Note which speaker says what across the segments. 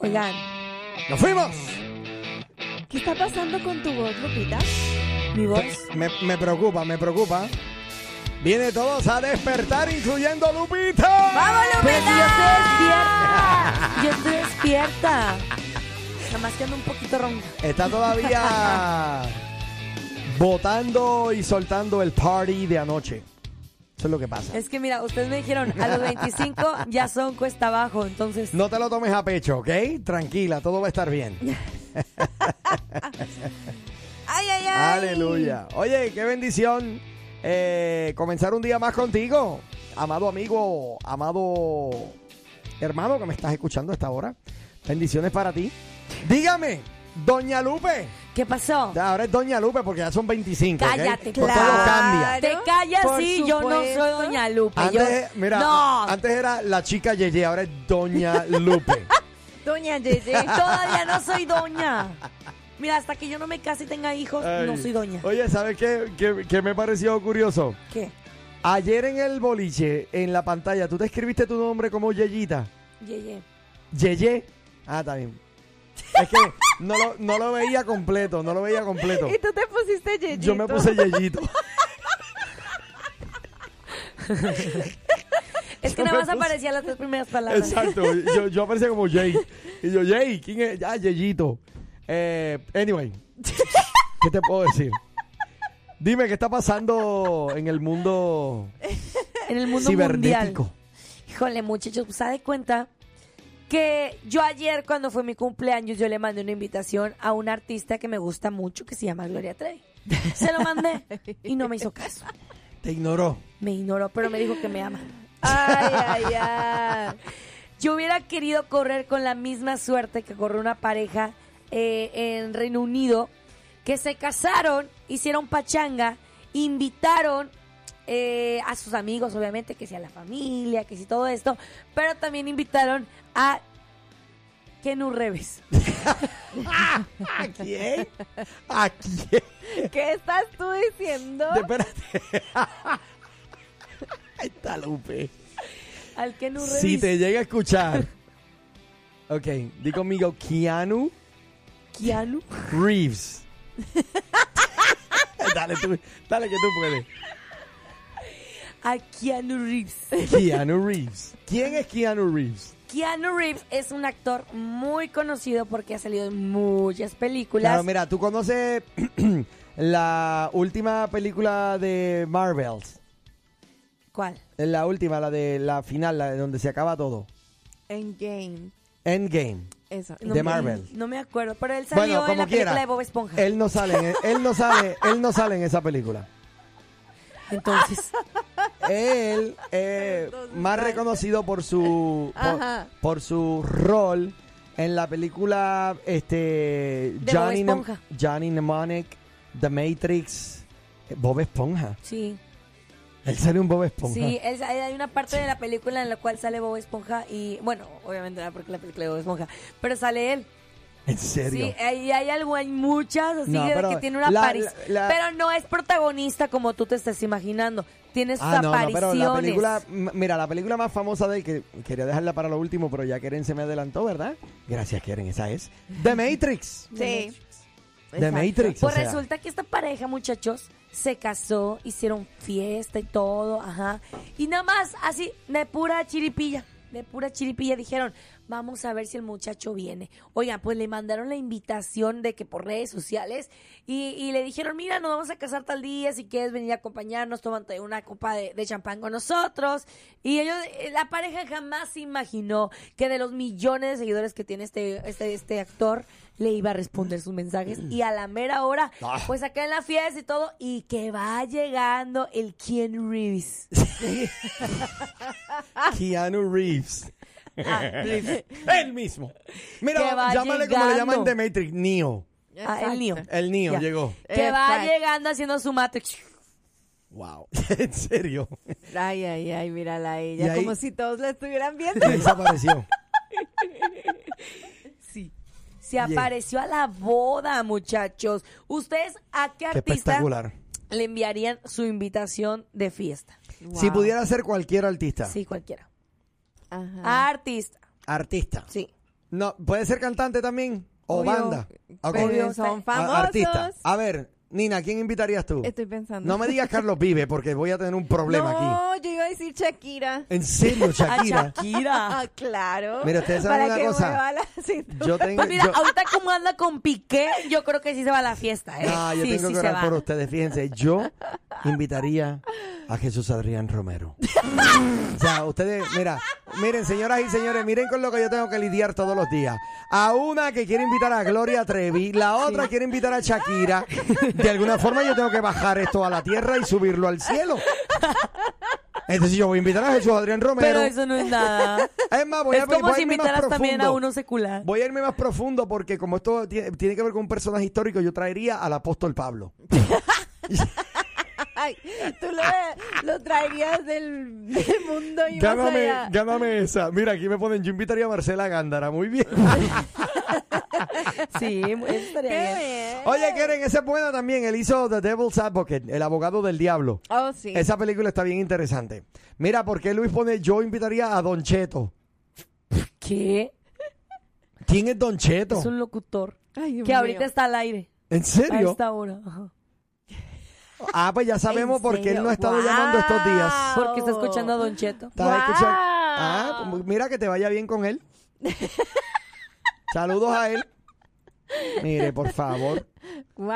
Speaker 1: Oigan,
Speaker 2: ¡Nos fuimos!
Speaker 1: ¿qué está pasando con tu voz, Lupita? Mi voz.
Speaker 2: Me, me preocupa, me preocupa. Viene todos a despertar, incluyendo Lupita.
Speaker 3: ¡Vamos,
Speaker 1: Pero si yo
Speaker 3: Lupita!
Speaker 1: estoy despierta. Yo estoy despierta. Nada más que ando un poquito ronca.
Speaker 2: Está todavía votando y soltando el party de anoche. Eso es lo que pasa.
Speaker 1: Es que mira, ustedes me dijeron, a los 25 ya son cuesta abajo, entonces
Speaker 2: No te lo tomes a pecho, ¿ok? Tranquila, todo va a estar bien.
Speaker 3: Ay, ay, ay.
Speaker 2: Aleluya. Oye, qué bendición eh, comenzar un día más contigo, amado amigo, amado hermano que me estás escuchando a esta hora. Bendiciones para ti. Dígame, Doña Lupe.
Speaker 1: ¿qué pasó?
Speaker 2: Ahora es Doña Lupe porque ya son 25. ¿ok?
Speaker 1: Cállate,
Speaker 2: Por Todo
Speaker 1: claro.
Speaker 2: cambia.
Speaker 3: Te callas,
Speaker 1: Por
Speaker 3: sí, yo no soy
Speaker 1: supuesto.
Speaker 3: Doña Lupe. yo-
Speaker 2: Antes, mira,
Speaker 3: no,
Speaker 2: antes era la chica Yeye, ahora es Doña Lupe.
Speaker 1: Doña Yeye.
Speaker 3: todavía no soy doña. Mira, hasta que yo no me case y tenga hijos, no
Speaker 2: Ay.
Speaker 3: soy doña.
Speaker 2: Oye, ¿sabes qué, qué, qué me pareció curioso?
Speaker 1: ¿Qué?
Speaker 2: Ayer en el boliche, en la pantalla, tú te escribiste tu nombre como Yeyita.
Speaker 1: Yeye.
Speaker 2: Yeye. Ah, está bien. Es que no lo, no lo veía completo, no lo veía completo.
Speaker 1: Y tú te pusiste Yeye.
Speaker 2: Yo me puse Yeyito.
Speaker 3: es que
Speaker 2: yo
Speaker 3: nada
Speaker 2: me
Speaker 3: más
Speaker 2: puse-
Speaker 3: aparecían las tres primeras palabras.
Speaker 2: Exacto. Yo, yo aparecía como Jay. Y yo, Jay, ¿quién es? Ah, Yeyito. Eh, anyway, ¿qué te puedo decir? Dime, ¿qué está pasando en el mundo,
Speaker 3: En el mundo mundial.
Speaker 2: cibernético?
Speaker 3: Híjole, muchachos, pues haz de cuenta que yo ayer, cuando fue mi cumpleaños, yo le mandé una invitación a un artista que me gusta mucho, que se llama Gloria Trevi. Se lo mandé y no me hizo caso.
Speaker 2: Te ignoró.
Speaker 3: Me ignoró, pero me dijo que me ama.
Speaker 1: Ay, ay, ay.
Speaker 3: Yo hubiera querido correr con la misma suerte que corrió una pareja eh, en Reino Unido, que se casaron, hicieron pachanga, invitaron eh, a sus amigos, obviamente, que sea la familia, que si todo esto, pero también invitaron a Kenu Reves.
Speaker 2: ¿A quién? ¿A quién?
Speaker 1: ¿Qué estás tú diciendo?
Speaker 2: Espérate. Ahí está Lupe.
Speaker 3: Al Kenu Reves.
Speaker 2: Si te llega a escuchar. Ok, di conmigo Keanu
Speaker 3: Keanu.
Speaker 2: Reeves. dale tú, dale que tú puedes.
Speaker 3: A Keanu Reeves.
Speaker 2: Keanu Reeves. ¿Quién es Keanu Reeves?
Speaker 3: Keanu Reeves es un actor muy conocido porque ha salido en muchas películas.
Speaker 2: Claro, Ah, mira, tú conoces la última película de Marvels.
Speaker 3: ¿Cuál?
Speaker 2: La última, la de la final, la de donde se acaba todo.
Speaker 1: Endgame.
Speaker 2: Endgame.
Speaker 1: Eso.
Speaker 3: No
Speaker 2: De
Speaker 3: me-
Speaker 2: Marvel.
Speaker 3: No me acuerdo, pero él salió
Speaker 2: Bueno,
Speaker 3: en la
Speaker 2: como
Speaker 3: película
Speaker 2: quiera.
Speaker 3: de Bob Esponja.
Speaker 2: Él no sale, en- él no sale, él no sale en esa película.
Speaker 3: Entonces,
Speaker 2: Ah. Él eh, más reconocido por su por,
Speaker 1: Ajá.
Speaker 2: por su rol en la película este
Speaker 3: De
Speaker 2: Johnny
Speaker 3: Bob
Speaker 2: Nem-
Speaker 3: Esponja.
Speaker 2: Johnny Mnemonic, The Matrix, eh, Bob Esponja.
Speaker 3: sí,
Speaker 2: Él sale un Bob Esponja.
Speaker 3: sí, él- hay una parte de la película en la cual sale Bob Esponja y, bueno, obviamente era porque la película de Bob Esponja, pero sale él.
Speaker 2: En serio.
Speaker 3: Sí, ahí hay algo, hay muchas, así
Speaker 2: No,
Speaker 3: de
Speaker 2: pero
Speaker 3: que tiene una
Speaker 2: la-
Speaker 3: aparición.
Speaker 2: la- la-
Speaker 3: Pero no es protagonista como tú te estás imaginando, tiene sus
Speaker 2: Ah, no, no, pero
Speaker 3: apariciones.
Speaker 2: la película, m- mira, la película más famosa de él, que quería dejarla para lo último, pero ya Keren se me adelantó, ¿verdad? Gracias, Keren, esa es. The Matrix.
Speaker 1: Sí.
Speaker 2: The Matrix.
Speaker 3: Pues
Speaker 2: o sea.
Speaker 3: resulta que esta pareja, muchachos, se casó, hicieron fiesta y todo, ajá. Y nada más, así, de pura chiripilla, de pura chiripilla, dijeron, vamos a ver si el muchacho viene. Oiga, pues le mandaron la invitación de que por redes sociales y, y le dijeron, mira, nos vamos a casar tal día, si quieres venir a acompañarnos, tómate una copa de, de champán con nosotros. Y ellos, eh, la pareja jamás se imaginó que de los millones de seguidores que tiene este, este, este actor, le iba a responder sus mensajes y a la mera hora,
Speaker 2: Ah.
Speaker 3: pues acá en la fiesta y todo, y que va llegando el Keanu Reeves.
Speaker 2: Keanu Reeves.
Speaker 3: Ah, dice,
Speaker 2: Él mismo.
Speaker 3: Que va
Speaker 2: Mira, llámale como le llaman
Speaker 3: llegando.
Speaker 2: de Matrix, Neo.
Speaker 3: Ah, el mío.
Speaker 1: Exacto.
Speaker 2: El Neo
Speaker 3: Ya.
Speaker 2: llegó.
Speaker 3: que va
Speaker 1: Exacto.
Speaker 3: llegando haciendo su matrix.
Speaker 2: Wow. en serio.
Speaker 1: Ay, ay, ay, mírala a
Speaker 2: Y
Speaker 1: ella.
Speaker 2: ahí-
Speaker 1: Como si todos la estuvieran
Speaker 2: Y
Speaker 1: viendo.
Speaker 2: ahí desapareció.
Speaker 3: Sí. Se apareció a la boda, muchachos. ¿Ustedes a qué
Speaker 2: Qué
Speaker 3: artista
Speaker 2: espectacular.
Speaker 3: le enviarían su invitación de fiesta?
Speaker 2: Si
Speaker 1: Wow.
Speaker 2: pudiera ser cualquier artista.
Speaker 3: Sí, cualquiera.
Speaker 1: Ajá.
Speaker 3: Artista.
Speaker 2: Artista.
Speaker 3: Sí.
Speaker 2: No, puede ser cantante también. O
Speaker 1: Obvio.
Speaker 2: banda. Ok.
Speaker 1: Pero
Speaker 3: Obvio,
Speaker 1: son
Speaker 2: A-
Speaker 1: famosos.
Speaker 2: Artista. A ver, Nina, ¿quién invitarías tú?
Speaker 1: Estoy pensando.
Speaker 2: No me digas Carlos Vive porque voy a tener un problema aquí.
Speaker 1: No, yo iba a decir Shakira.
Speaker 2: En serio,
Speaker 3: A
Speaker 2: Shakira.
Speaker 3: Shakira.
Speaker 1: Ah, claro.
Speaker 2: Mira, ustedes saben
Speaker 1: Para
Speaker 2: una
Speaker 1: que
Speaker 2: cosa.
Speaker 1: mueva la cintura.
Speaker 2: Yo tengo.
Speaker 3: Pues mira,
Speaker 2: yo-
Speaker 3: ahorita como anda con Piqué, yo creo que sí se va a la fiesta, ¿eh?
Speaker 2: No, yo
Speaker 3: sí,
Speaker 2: tengo
Speaker 3: sí
Speaker 2: que
Speaker 3: se
Speaker 2: orar
Speaker 3: va.
Speaker 2: por ustedes. Fíjense, yo invitaría a Jesús Adrián Romero. o sea, ustedes, mira, miren, señoras y señores, miren con lo que yo tengo que lidiar todos los días. A una que quiere invitar a Gloria Trevi, la otra quiere invitar a Shakira. De alguna forma yo tengo que bajar esto a la tierra y subirlo al cielo. Entonces yo voy a invitar a Jesús Adrián Romero.
Speaker 3: Pero eso no es nada.
Speaker 2: Es más, voy
Speaker 3: es
Speaker 2: a, voy
Speaker 3: como
Speaker 2: a
Speaker 3: si
Speaker 2: irme más
Speaker 3: invitaras también a
Speaker 2: profundo.
Speaker 3: uno secular.
Speaker 2: Voy a irme más profundo porque como esto tie- tiene que ver con un personaje histórico, yo traería al apóstol Pablo.
Speaker 1: Ay, tú lo, lo traerías del, del mundo y más
Speaker 2: Gáname,
Speaker 1: allá.
Speaker 2: gáname esa. Mira, aquí me ponen, yo invitaría a Marcela Gándara. Muy bien.
Speaker 3: Sí,
Speaker 1: Qué
Speaker 3: estaría bien.
Speaker 1: bien.
Speaker 2: Oye, Keren, esa es buena también. Él hizo The Devil's Advocate, El Abogado del Diablo.
Speaker 1: Oh, sí.
Speaker 2: Esa película está bien interesante. Mira, ¿por qué Luis pone, yo invitaría a Don Cheto?
Speaker 3: ¿Qué?
Speaker 2: ¿Quién es Don Cheto?
Speaker 3: Es un locutor
Speaker 1: Ay, Dios
Speaker 3: que ahorita
Speaker 1: mío.
Speaker 3: está al aire
Speaker 2: ¿En
Speaker 3: a
Speaker 2: serio?
Speaker 3: esta hora. Ajá.
Speaker 2: Ah, pues ya sabemos
Speaker 1: ¿En
Speaker 2: por qué él no
Speaker 1: serio?
Speaker 2: ha estado llamando estos días.
Speaker 1: Wow.
Speaker 3: Porque está escuchando a Don Cheto.
Speaker 2: ¿Estás
Speaker 1: Wow.
Speaker 2: escuchando? Ah, pues mira que te vaya bien con él. Saludos a él. Mire, por favor.
Speaker 1: Wow.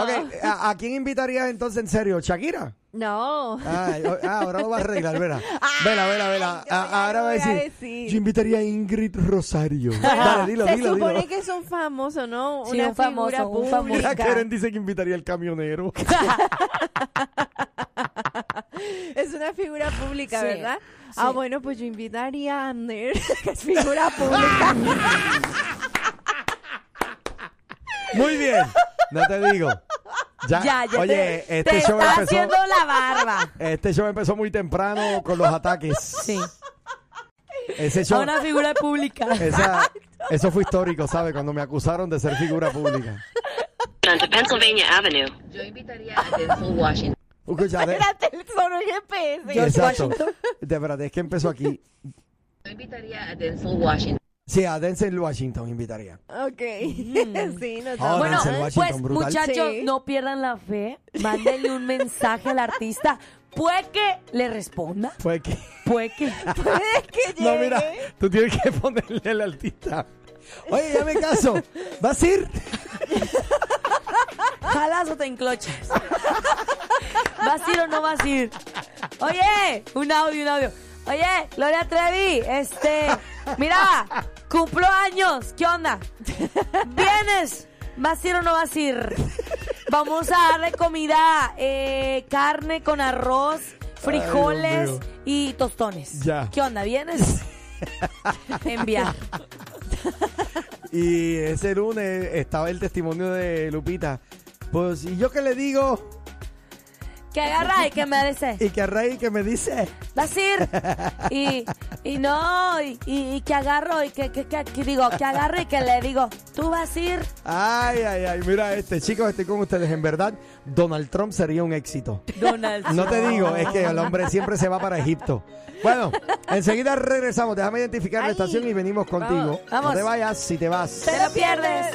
Speaker 2: Ok, ¿a, a quién invitarías entonces en serio? ¿Shakira?
Speaker 1: No.
Speaker 2: Ay, o- ah, ahora lo va a arreglar, verá. Vela, vela, vela. Ah, Ahora va a
Speaker 1: voy a
Speaker 2: decir,
Speaker 1: decir.
Speaker 2: yo invitaría a Ingrid Rosario. Dale, dilo,
Speaker 1: Se
Speaker 2: dilo,
Speaker 1: supone
Speaker 2: dilo.
Speaker 1: que es un famoso, ¿no?
Speaker 3: Sí,
Speaker 1: Una
Speaker 3: un famoso,
Speaker 1: figura
Speaker 3: un
Speaker 1: pública.
Speaker 3: famoso.
Speaker 2: Mira, Karen dice que invitaría al camionero.
Speaker 1: Es una figura pública,
Speaker 3: Sí,
Speaker 1: ¿verdad?
Speaker 3: sí.
Speaker 1: Ah, bueno, pues yo invitaría a Ander, que es figura pública.
Speaker 2: Muy bien. No te digo. Ya,
Speaker 3: Ya, ya
Speaker 2: oye,
Speaker 3: te,
Speaker 2: este
Speaker 3: te
Speaker 2: show
Speaker 3: está
Speaker 2: empezó.
Speaker 3: haciendo la barba.
Speaker 2: Este show empezó muy temprano con los ataques.
Speaker 3: Sí.
Speaker 2: Ese
Speaker 3: A
Speaker 2: show.
Speaker 3: una figura pública.
Speaker 2: Esa- eso fue histórico, ¿sabes? Cuando me acusaron de ser figura pública.
Speaker 4: onto Pennsylvania Avenue.
Speaker 5: Yo invitaría a Denzel Washington.
Speaker 2: Escucha, de-
Speaker 1: Espérate, solo GPS.
Speaker 2: exacto. De verdad, es que empezó aquí.
Speaker 5: Yo invitaría a Denzel Washington.
Speaker 2: Sí, a Denzel Washington invitaría.
Speaker 1: Ok. sí, no te
Speaker 2: Ah,
Speaker 3: Bueno,
Speaker 2: Denzel Washington,
Speaker 3: pues
Speaker 2: brutal.
Speaker 3: muchachos,
Speaker 1: Sí.
Speaker 3: no pierdan la fe. Mándenle un mensaje al artista. Puede que le responda.
Speaker 2: Fue que.
Speaker 3: Puede que.
Speaker 1: puedes que llegue.
Speaker 2: No, mira, tú tienes que ponerle al artista. Oye, ya me caso. ¿Vas a ir?
Speaker 3: Jalas o te enclochas. ¿Vas a ir o no vas a ir? Oye, un audio, un audio. Oye, Gloria Trevi, este, mira, cumplo años, ¿qué onda? ¿Vienes? ¿Vas a ir o no vas a ir? Vamos a darle comida, eh, carne con arroz, frijoles
Speaker 2: Dios mío.
Speaker 3: y tostones.
Speaker 2: Ya.
Speaker 3: ¿Qué onda? ¿Vienes? Enviar.
Speaker 2: Y ese lunes estaba el testimonio de Lupita. Pues, ¿y yo qué le digo?
Speaker 3: Que agarra y que me dice.
Speaker 2: Y que Rey que me dice.
Speaker 3: vas a ir. Y, y no, y, y- y que agarro, y que, que- que- que digo, que agarro y que le digo, tú vas a ir.
Speaker 2: Ay, ay, ay. Mira este, chicos, estoy con ustedes. En verdad, Donald Trump sería un éxito.
Speaker 3: Donald.
Speaker 2: No te digo, es que el hombre siempre se va para Egipto. Bueno, enseguida regresamos. Déjame identificar la
Speaker 1: Ay,
Speaker 2: estación y venimos contigo.
Speaker 3: vamos.
Speaker 2: No te vayas si te vas.
Speaker 3: Te lo pierdes.